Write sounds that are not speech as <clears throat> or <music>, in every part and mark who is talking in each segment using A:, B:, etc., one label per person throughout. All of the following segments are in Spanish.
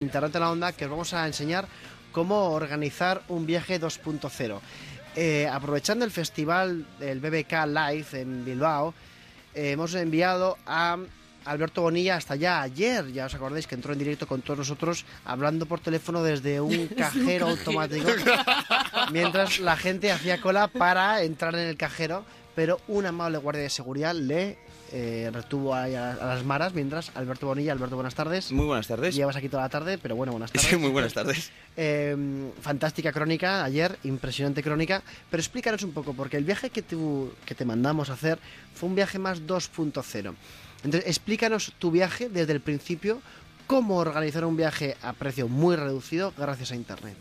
A: Internet en la Onda que os vamos a enseñar cómo organizar un viaje 2.0. Eh, aprovechando el festival del BBK Live en Bilbao, eh, hemos enviado a Alberto Bonilla hasta allá ayer. Ya os acordáis que entró en directo con todos nosotros hablando por teléfono desde <laughs> un cajero automático <laughs> mientras la gente hacía cola para entrar en el cajero. Pero un amable guardia de seguridad le eh, retuvo ahí a, a las maras mientras Alberto Bonilla, Alberto, buenas tardes.
B: Muy buenas tardes.
A: Pues Llevas aquí toda la tarde, pero bueno, buenas tardes.
B: <laughs> Sí, muy buenas tardes.
A: Eh, fantástica crónica ayer, impresionante crónica, pero explícanos un poco, porque el viaje que, tú- que te mandamos a hacer fue un viaje más 2.0. Entonces, explícanos tu viaje desde el principio, cómo organizar un viaje a precio muy reducido gracias a Internet.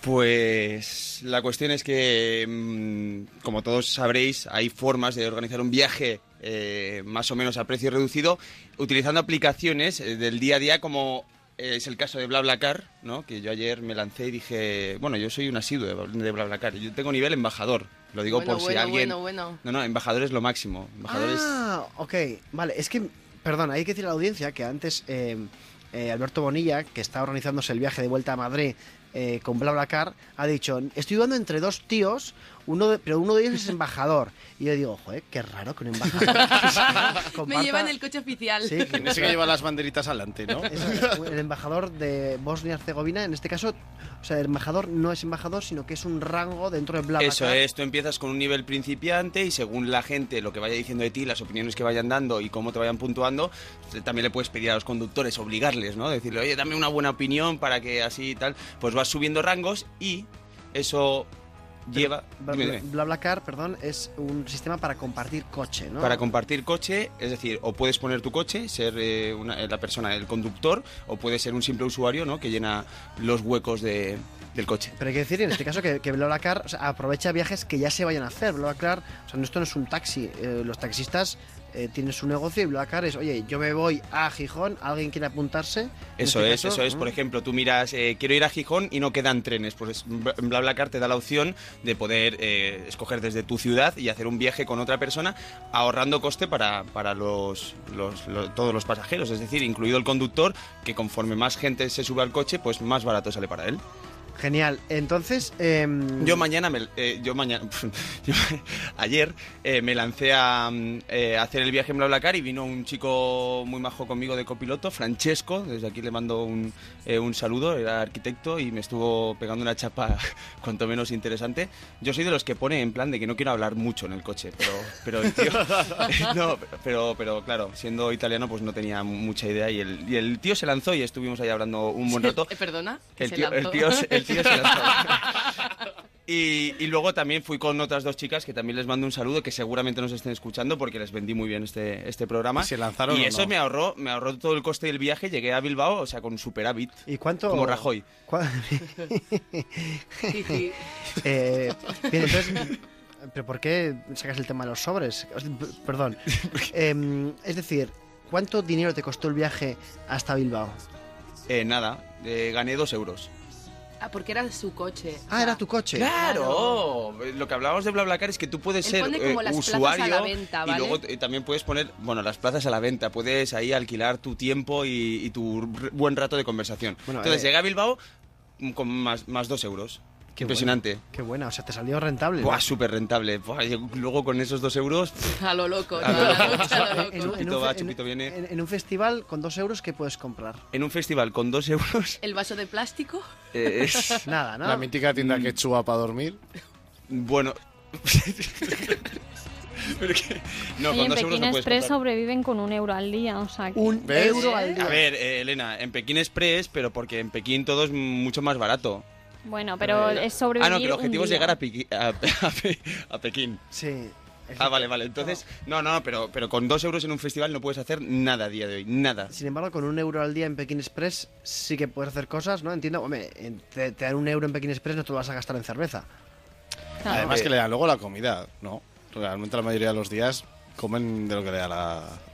B: Pues la cuestión es que, mm, como todos sabréis, hay formas de organizar un viaje eh, más o menos a precio reducido utilizando aplicaciones eh, del día a día como eh, es el caso de BlaBlaCar, ¿no? que yo ayer me lancé y dije, bueno, yo soy un asiduo de Bla- de BlaBlaCar, yo tengo nivel embajador, lo digo
C: Bueno,
B: por si
C: bueno,
B: alguien...
C: bueno, bueno.
B: No, no, embajador es lo máximo, embajador es-
A: Ah, ok, vale, es que, perdón, hay que decir a la audiencia que antes eh, eh, Alberto Bonilla, que está organizándose el viaje de vuelta a Madrid eh, con BlaBlaCar, ha dicho, estoy dudando entre dos tíos, uno de- pero uno de ellos es embajador. Y yo digo, joder, qué raro que un
C: <laughs>
A: embajador... <laughs> comparta-
C: Me llevan el coche oficial.
A: Sí, que-
D: Ese que lleva las banderitas adelante, ¿no?
A: es el embajador de Bosnia-Herzegovina, en este caso, o sea, el embajador no es embajador, sino que es un rango dentro de BlaBlaCar.
B: Eso es, tú empiezas con un nivel principiante y según la gente, lo que vaya diciendo de ti, las opiniones que vayan dando y cómo te vayan puntuando, te- también le puedes pedir a los conductores, obligarles, ¿no? Decirle, oye, dame una buena opinión para que así y tal. Pues vas subiendo rangos y eso lleva...
A: Bla-
B: Dime,
A: Bla-
B: dime.
A: BlaBlaCar, perdón, es un sistema para compartir coche, ¿no?
B: Para compartir coche, es decir, o puedes poner tu coche, ser eh, una- la persona, el conductor, o puedes ser un simple usuario, ¿no? Que llena los huecos de- del coche.
A: Pero hay que decir en este caso que, que BlaBlaCar o sea, aprovecha viajes que ya se vayan a hacer. BlaBlaCar, o sea, no, esto no es un taxi. eh, los taxistas eh, tienen su negocio y BlaBlaCar es, oye, yo me voy a Gijón, ¿alguien quiere apuntarse? En
B: Eso
A: este
B: es,
A: caso,
B: eso es.
A: ¿no?
B: Por ejemplo, tú miras, eh, quiero ir a Gijón y no quedan trenes. Pues Bla- BlaBlaCar te da la opción de poder eh, escoger desde tu ciudad y hacer un viaje con otra persona, ahorrando coste para, para los, los- lo- todos los pasajeros. Es decir, incluido el conductor, que conforme más gente se suba al coche, pues más barato sale para él.
A: mm, Genial. Entonces, em,
B: Yo mañana, me, eh, yo mañana, <laughs> yo ayer eh, me lancé a, mm, eh, a hacer el viaje en BlaBlaCar y vino un chico muy majo conmigo de copiloto, Francesco, desde aquí le mando un, eh, un saludo, era arquitecto y me estuvo pegando una chapa <laughs> cuanto menos interesante. Yo soy de los que pone en plan de que no quiero hablar mucho en el coche, pero, pero el tío, <laughs> eh, no, pero, pero claro, siendo italiano pues no tenía mucha idea y el, y el tío se lanzó y estuvimos ahí hablando un buen rato.
C: <laughs> Eh, Perdona. que
B: El
C: se
B: tío, el
C: lanzó.
B: tío, se- el tío se
C: <laughs>
B: lanzó. Y, y luego también fui con otras dos chicas que también les mando un saludo, que seguramente nos estén escuchando porque les vendí muy bien este, este programa.
D: ¿Y se lanzaron
B: Y
D: o
B: eso
D: no?
B: me ahorró me ahorró todo el coste del viaje. Llegué a Bilbao, o sea, con superávit.
A: ¿Y cuánto?
B: Como Rajoy.
A: cua- <laughs>
C: Sí, sí.
A: Eh, bien, entonces, ¿pero por qué sacas el tema de los sobres? O sea, p- Perdón. Em, es decir, ¿cuánto dinero te costó el viaje hasta Bilbao?
B: Eh, nada, eh, gané dos euros.
C: Ah, porque era su coche.
A: Ah, era tu coche.
B: ¡Claro! Eh, Lo que hablábamos de BlaBlaCar es que tú puedes
C: Él
B: ser
C: pone como
B: eh,
C: las plazas a la
B: usuario
C: venta,
B: y
C: ¿vale?
B: luego eh, también puedes poner, bueno, las plazas a la venta. Puedes ahí alquilar tu tiempo y, y tu r- buen rato de conversación.
A: Bueno,
B: Entonces
A: eh,
B: llegué a Bilbao mm, con más, más dos euros.
A: Qué
B: Impresionante.
A: Qué buena, o sea, te salió rentable. ¿no?
B: Buah, súper rentable. Buah, y luego con esos dos euros, pff,
C: A lo loco.
B: A lo
C: toda la
A: <laughs> En-
B: loco.
C: noche a lo
A: en
C: loco.
A: un- en
B: Chupito
A: un
B: va,
A: fe-
B: chupito
A: en-
B: viene.
A: En, en un festival con dos euros, ¿qué puedes comprar?
B: en un festival con dos
A: <laughs>
B: euros
C: El vaso de plástico.
B: eh, es...
A: Nada, Mm. ¿no?
D: La mítica tienda quechua para dormir.
B: Bueno... <laughs> Pero que- No,
E: Oye,
B: con
E: en
B: dos euros
E: Pekín
B: no puedes
E: Express
B: comprar.
E: sobreviven con un euro al día, o sea que...
A: Un
D: ¿Ves?
A: euro al día.
B: A ver, eh, Elena, en Pekín Express, pero porque en Pekín todo es mucho más barato.
E: Bueno, pero es sobrevivir
B: Ah, no, que el objetivo
E: un
B: es
E: día.
B: llegar a, Pequi- a- <laughs> a Pe- a Pekín.
A: Sí.
B: Ah, vale, vale. Entonces, no, no, pero, pero con dos euros en un festival no puedes hacer nada a día de hoy, nada.
A: Sin embargo, con un euro al día en Pekín Express sí que puedes hacer cosas, ¿no? Entiendo, hombre, en- te, te dan un euro en Pekín Express, no te lo vas a gastar en cerveza.
E: Claro.
D: Además que le dan luego la comida, ¿no? Realmente la mayoría de los días comen de lo que le dan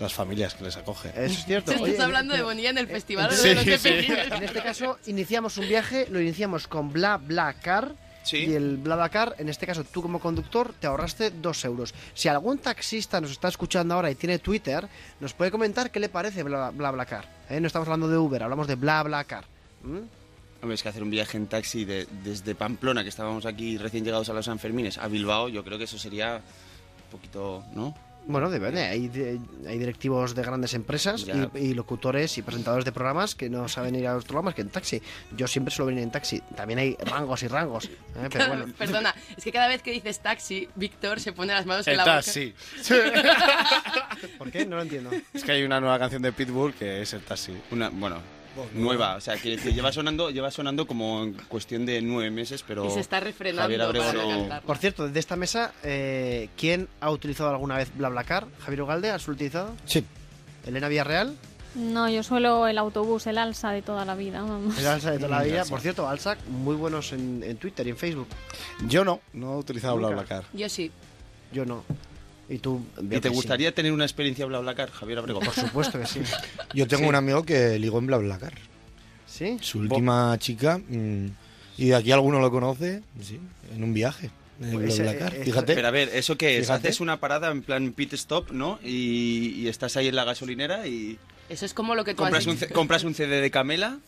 D: las familias que les acoge.
A: Eso es cierto.
C: ¿Te estás
A: Oye,
C: hablando de
A: pero-
C: Bonilla en el festival?
A: Sí, <laughs>
C: o de los de
D: sí.
C: Pekín?
A: En este caso, iniciamos un viaje, lo iniciamos con BlaBlaCar
B: Sí.
A: y el Blablacar, en este caso tú como conductor, te ahorraste 2 euros. Si algún taxista nos está escuchando ahora y tiene Twitter, nos puede comentar qué le parece Bla- Blablacar. ¿eh? No estamos hablando de Uber, hablamos de Blablacar. ¿m?
B: Hombre, es que hacer un viaje en taxi de- desde Pamplona, que estábamos aquí recién llegados a los Sanfermines, a Bilbao, yo creo que eso sería un poquito, ¿no?
A: Bueno, depende. Hay, di- hay directivos de grandes empresas
B: Ya.
A: y, y locutores y presentadores de programas que no saben ir a los programas que en taxi. Yo siempre suelo venir en taxi. También hay rangos y rangos. ¿eh? Pero bueno.
C: Perdona, es que cada vez que dices taxi, Víctor se pone las manos en
D: El
C: la boca.
D: taxi.
A: <laughs> ¿Por qué? No lo entiendo.
D: <laughs> Es que hay una nueva canción de Pitbull que es el taxi.
B: Una, bueno, nueva. O sea, que, que lleva, sonando, lleva sonando como en cuestión de nueve meses, pero...
C: Y se está refrenando
B: Javier Abrego
C: para no
B: no-
C: cantarla.
A: Por cierto, de esta mesa, eh, ¿quién ha utilizado alguna vez BlaBlaCar? ¿Javier Ugalde? ¿Has utilizado?
D: Sí.
A: ¿Elena Villarreal?
E: No, yo suelo el autobús, el alza de toda la vida, vamos.
A: El Alsa de toda la
D: Mm,
A: vida.
D: Alsa.
A: Por cierto, Alsa, muy buenos en, en Twitter y en Facebook.
D: Yo no, no he utilizado
A: Nunca.
D: BlaBlaCar.
C: Yo sí.
A: Yo no. Y tú.
B: ¿Y
A: veo
B: te
A: que sí.
B: gustaría tener una experiencia BlaBlaCar, Javier Abrego?
A: Por supuesto
F: <laughs>
A: que sí.
F: Yo tengo un amigo que ligó en BlaBlaCar.
A: ¿Sí?
F: Su última chica, mm, y de aquí alguno lo conoce, sí, en un viaje. En
A: Pues, eh,
F: BlaBlaCar,
A: eh,
F: fíjate.
B: Pero a ver, ¿eso qué es?
F: Fíjate.
B: Haces una parada en plan pit stop, ¿no? Y, y estás ahí en la gasolinera y
C: Eso es como lo que tú has
B: compras un,
C: dicho.
B: C- compras un CD de Camela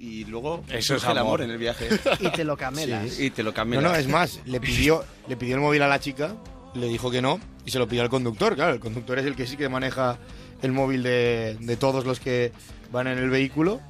B: y luego
D: Eso es
B: surge el
D: amor.
B: amor en el viaje.
A: Y te lo camelas.
B: Y te lo
F: No,
B: camelas.
F: no, es más,
A: <laughs>
F: le pidió, le pidió el móvil a la chica, le dijo que no, y se lo pidió al conductor. Claro, el conductor es el que sí que maneja el móvil de, de todos los que van en el vehículo.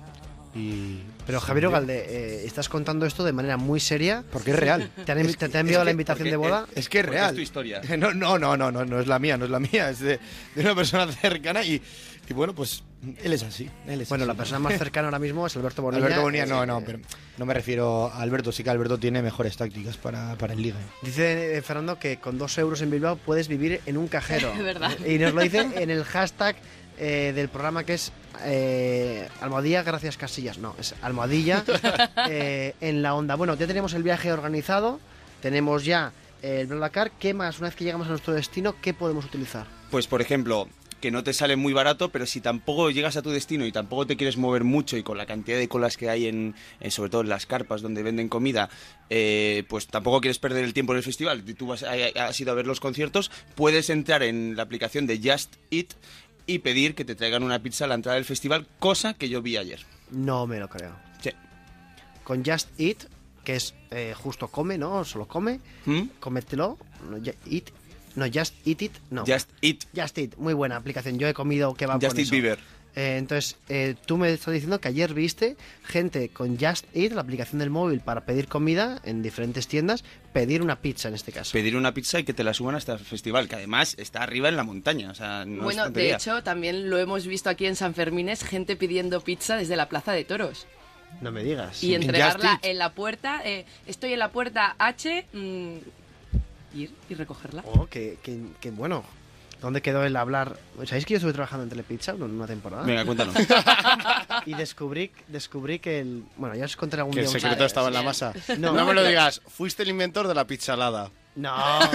F: Y,
A: Pero Javier Ugalde, eh, estás contando esto de manera muy seria.
F: Porque es real.
A: ¿Te han, envi- te- te han enviado
B: es
A: la
B: que-
A: invitación
B: porque
A: de boda?
F: Es que es
B: Porque
F: real.
B: es tu historia.
F: <laughs> No, no, no, no, no, no es la mía, no es la mía, es de, de una persona <laughs> cercana y, y bueno, pues él es así. Él es
A: Bueno,
F: así.
A: la persona más cercana ahora mismo es Alberto Bonilla.
F: Alberto Bonilla, no,
A: Eh,
F: no, pero no me refiero a Alberto, sí que Alberto tiene mejores tácticas para, para el liga.
A: Dice eh, Fernando que con dos euros en Bilbao puedes vivir en un cajero.
C: <laughs> Es verdad.
A: Y nos lo dice en el hashtag eh, del programa que es eh, Almohadilla gracias Casillas. No, es
C: <laughs>
A: Almohadilla eh, en la onda. Bueno, ya tenemos el viaje organizado, tenemos ya el BlaBlaCar. ¿Qué más? Una vez que llegamos a nuestro destino, ¿qué podemos utilizar?
B: Pues por ejemplo, que no te sale muy barato, pero si tampoco llegas a tu destino y tampoco te quieres mover mucho y con la cantidad de colas que hay en, en- sobre todo en las carpas donde venden comida, eh, pues tampoco quieres perder el tiempo en el festival. y Tú vas- ha- ha- has ido a ver los conciertos, puedes entrar en la aplicación de Just Eat y pedir que te traigan una pizza a la entrada del festival, cosa que yo vi ayer.
A: No me lo creo.
B: Sí.
A: Con Just Eat, que es eh, justo come, ¿no? Solo come,
B: ¿Mm?
A: cómetelo. No, ya- eat. No, Just Eat It, no.
B: Just Eat.
A: Just Eat, muy buena aplicación. Yo he comido que va
B: Just Eat Bieber.
A: Eh, entonces, eh, tú me estás diciendo que ayer viste gente con Just Eat, la aplicación del móvil para pedir comida en diferentes tiendas, pedir una pizza en este caso.
B: Pedir una pizza y que te la suban hasta el festival, que además está arriba en la montaña. O sea, no es
C: bueno, de
B: tontería.
C: hecho, también lo hemos visto aquí en San Fermín, es gente pidiendo pizza desde la Plaza de Toros.
A: No me digas.
C: Y entregarla
F: Just Eat.
C: en la puerta. eh, estoy en la puerta H. mm, ir y recogerla.
A: Oh, que, que- que bueno. ¿Dónde quedó el hablar? ¿Sabéis que yo estuve trabajando en Telepizza una- una temporada?
B: Venga, cuéntanos.
A: Y descubrí, descubrí que el... Bueno, ya os contaré algún
D: Que el
A: día. un-
D: secreto estaba en la masa.
A: No.
D: No, me lo digas, fuiste el inventor de la pizzalada.
A: No, no,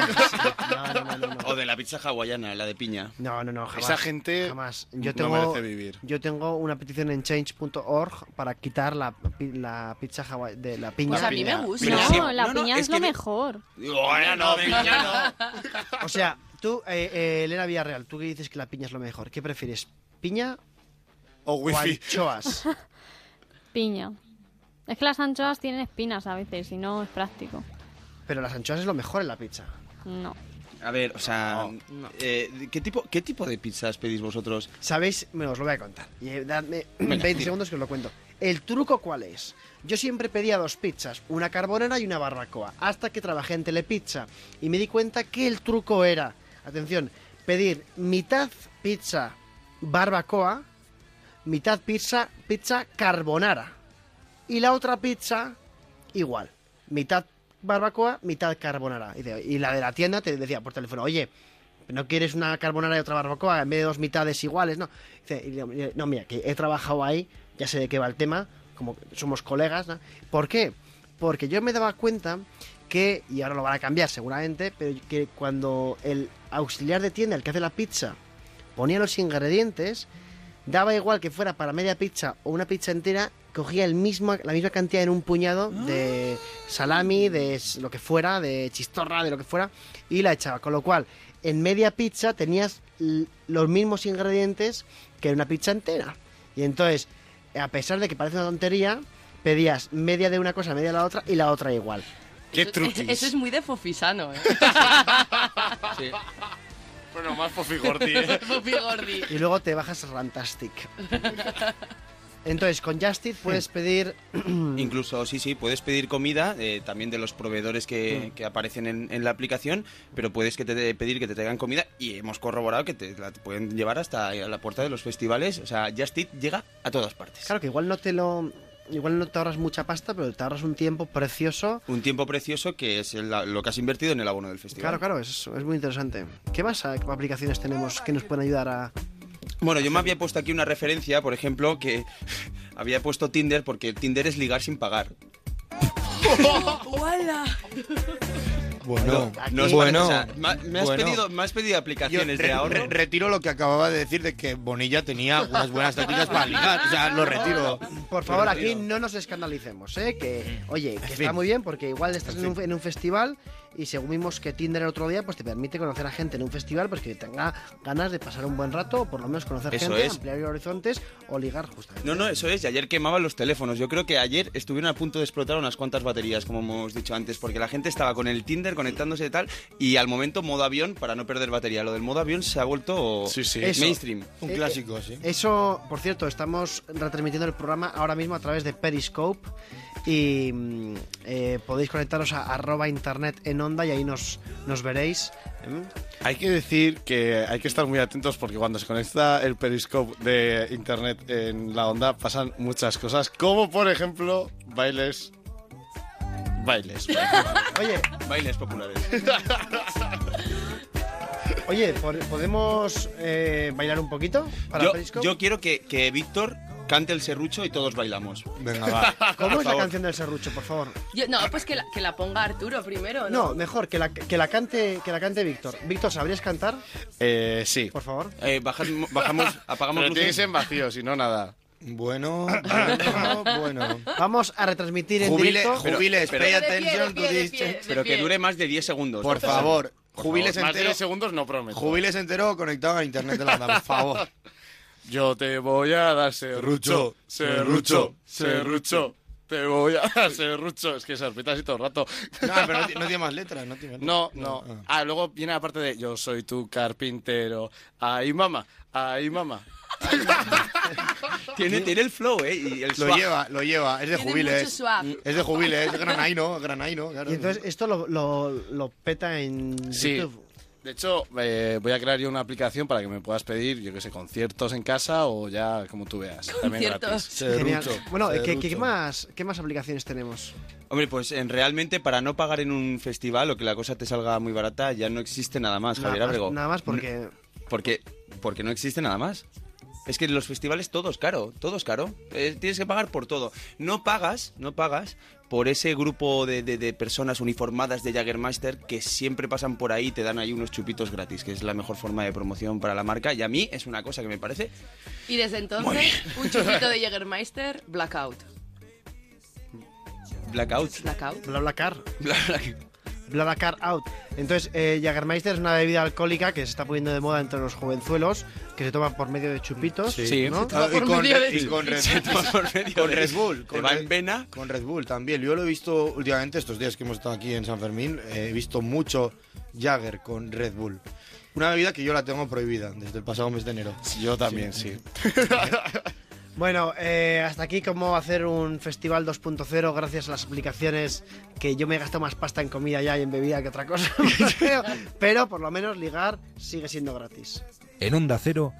A: no, no, no, no.
B: O de la pizza hawaiana, la de piña.
A: No, no, no, jamás.
D: Esa gente
A: jamás. Yo
D: no
A: tengo,
D: merece vivir.
A: Yo tengo una petición en change.org para quitar la, pi- la pizza hawa- de la piña.
C: Pues a mí me
B: Pero
E: no,
C: gusta.
B: sí,
E: la
B: no, no,
E: piña
B: es
E: es, lo
B: que-
E: mejor.
B: Digo, "Ahora no, venga, ya no".
A: O sea, tú, eh, eh, Elena Villarreal, tú que dices que la piña es lo mejor, ¿qué prefieres? ¿Piña
D: O
A: o
D: wifi.
A: anchoas?
E: Piña. Es que las anchoas tienen espinas a veces y no es práctico.
A: Pero las anchoas es lo mejor en la pizza.
E: No.
B: A ver, o sea, eh, ¿qué, tipo, ¿qué tipo de pizzas pedís vosotros?
A: ¿Sabéis? Me os lo voy a contar. Y, eh, dadme <clears throat>
B: Venga,
A: 20
B: tira.
A: segundos que os lo cuento. ¿El truco cuál es? Yo siempre pedía dos pizzas, una carbonera y una barbacoa, hasta que trabajé en Telepizza y me di cuenta que el truco era, atención, pedir mitad pizza barbacoa, mitad pizza pizza carbonara y la otra pizza igual, mitad barbacoa, mitad carbonara. Y, de- y la de la tienda te decía por teléfono, oye, ¿no quieres una carbonara y otra barbacoa en vez de dos mitades iguales? No, Dice, y le- y le- no mira, que he trabajado ahí, ya sé de qué va el tema, como somos colegas. ¿no? ¿Por qué? Porque yo me daba cuenta que, y ahora lo van a cambiar seguramente, pero que cuando el auxiliar de tienda, el que hace la pizza, ponía los ingredientes, daba igual que fuera para media pizza o una pizza entera, cogía el mismo, la misma cantidad en un puñado de salami, de s- lo que fuera, de chistorra, de lo que fuera, y la echaba. Con lo cual, en media pizza tenías l- los mismos ingredientes que en una pizza entera. Y entonces, a pesar de que parece una tontería, pedías media de una cosa, media de la otra y la otra igual.
D: Qué
C: eso, <laughs>
D: truquis.
C: eso es muy de fofisano, ¿eh?
B: <laughs> Sí.
D: Bueno, más ¿eh? Fofigorti,
C: <laughs> Fofi Gordi.
A: Y luego te bajas Rantastic. Entonces, con Justit puedes pedir
B: Mm. Incluso, sí, sí, puedes pedir comida eh, también de los proveedores que, que aparecen en, en la aplicación, pero puedes que te de- pedir que te traigan comida y hemos corroborado que te la pueden llevar hasta eh, a la puerta de los festivales. O sea, Just Eat llega a todas partes.
A: Claro que igual no te lo. Igual no te ahorras mucha pasta, pero te ahorras un tiempo precioso.
B: Un tiempo precioso que es el- lo que has invertido en el abono del festival.
A: Claro, claro, es, es muy interesante. ¿Qué más a- aplicaciones tenemos que nos pueden ayudar a.?
B: Bueno, yo me había puesto aquí una referencia, por ejemplo, que <laughs> había puesto Tinder porque Tinder es ligar sin pagar.
C: ¡Hola!
F: Bueno,
B: ¿No os parece?
F: bueno,
B: O sea, ma- me, has
F: bueno.
B: pedido, me has pedido
F: Yo
B: aplicaciones de
F: re-
B: ahorro.
F: re- retiro lo que acababa de decir de que Bonilla tenía unas buenas tácticas para ligar. O sea, lo retiro.
A: Ah, Por favor, aquí no nos escandalicemos, ¿eh? Que, oye, que está muy bien porque igual estás en un, en un festival y según vimos que Tinder el otro día, pues te permite conocer a gente en un festival pues que tenga ganas de pasar un buen rato o por lo menos conocer
B: Eso
A: gente,
B: es.
A: ampliar horizontes o ligar justamente.
B: No, no, eso es. Y ayer quemaban los teléfonos. Yo creo que ayer estuvieron a punto de explotar unas cuantas baterías, como hemos dicho antes, porque la gente estaba con el Tinder conectándose y tal, y al momento modo avión para no perder batería. Lo del modo avión se ha vuelto
D: Sí, sí.
A: Eso.
B: mainstream.
F: Un clásico, sí.
A: Eso, por cierto, estamos retransmitiendo el programa ahora mismo a través de Periscope y mm, eh, podéis conectaros a arroba internet en onda y ahí nos, nos veréis. ¿Mm?
D: Hay que decir que hay que estar muy atentos porque cuando se conecta el periscope de internet en la onda pasan muchas cosas, como por ejemplo bailes.
F: <laughs>
D: Bailes.
A: Oye,
B: Bailes populares.
A: oye, ¿pod- ¿podemos eh, bailar un poquito <laughs> para
B: Yo,
A: Periscope?
B: yo quiero que, que Víctor cante el serrucho y todos bailamos.
F: Venga, va.
A: ¿Cómo
B: ah, por
A: es la
B: favor.
A: canción del serrucho, por favor?
C: Yo- no, pues que la, que la ponga Arturo primero, ¿no?
A: No, mejor, que la, que la cante, que la cante Víctor. Víctor, ¿sabrías cantar?
D: Eh, sí.
A: Por favor.
B: Eh, bajas- bajamos, apagamos
D: Pero tiene que
B: luces.
D: ser en vacío, si no nada.
F: Bueno, bueno, bueno.
A: Vamos a retransmitir <laughs> en
F: Jubile,
A: directo.
B: pero-
F: jubiles,
B: pero-
F: pay
C: De pie, de
F: attention to
C: pie, de
F: this
C: pie,
F: change.
C: de
B: Pero que
C: pie.
B: dure más de 10 segundos.
F: Por favor, jubiles
D: Más de
F: entero,
D: 10 segundos no prometo.
F: jubiles entero conectado al internet de la onda, por favor. <laughs>
D: Yo te voy a dar serrucho, serrucho, serrucho. Te voy a dar serrucho. Es que se repite así todo el rato. <laughs>
F: No, pero no, ti- no tiene más letras, no tiene más
D: No,
F: letras.
D: no.
F: Ah.
D: Ah, luego viene la parte de yo soy tu carpintero. Ay, mamá, ay, mamá.
B: Tiene, tiene el flow, ¿eh? Y el
F: Lo
B: swag.
F: lleva, lo lleva, es de
C: Tiene mucho
F: jubiles.
C: swag.
F: Es de jubiles, es granaino, es granaino, claro.
A: Y entonces eh, esto lo, lo- lo peta en
D: Sí.
A: YouTube.
D: De hecho, eh, voy a crear yo una aplicación para que me puedas pedir, yo qué sé, conciertos en casa o ya como tú veas. También
C: Conciertos.
D: gratis.
A: Genial.
F: Serrucho,
A: Bueno, ¿qué- ¿qué,
F: serrucho.
A: más, ¿qué más aplicaciones tenemos?
B: Hombre, pues en, realmente para no pagar en un festival o que la cosa te salga muy barata ya no existe nada más, Pues Javier
A: nada,
B: Abrego.
A: más, nada más porque...
B: Porque, porque no existe nada más. Es que en los festivales todo es caro, todo es caro. Eh, tienes que pagar por todo. No pagas, no pagas por ese grupo de, de- de personas uniformadas de Jaggermeister que siempre pasan por ahí y te dan ahí unos chupitos gratis, que es la mejor forma de promoción para la marca. Y a mí es una cosa que me parece...
C: Y desde entonces, un chupito de Jägermeister, blackout.
B: Blackout.
C: Blackout.
B: <laughs>
A: BlaBlaCar. BlaBlaCar out. Entonces, eh, Jagermeister es una bebida alcohólica que se está poniendo de moda entre los jovenzuelos, que se toma por medio de chupitos.
B: Sí.
A: ¿no?
F: Ah, y
C: Por
F: con,
C: medio de-
F: y con Red,
B: <laughs> Por medio
F: <laughs> con
B: de-
F: Red Bull.
B: te
F: Con
B: va
F: Red-
B: en vena.
F: Con Red Bull también. Yo lo he visto últimamente, estos días que hemos estado aquí en San Fermín, eh, he visto mucho Jagger con Red Bull. Una bebida que yo la tengo prohibida desde el pasado mes de enero.
D: Yo también, sí.
A: Bueno, eh, hasta aquí cómo hacer un festival 2.0 gracias a las aplicaciones que yo me he gastado más pasta en comida ya y en bebida que otra <laughs> cosa. creo. Pero por lo menos ligar sigue siendo gratis.
G: En Onda Cero,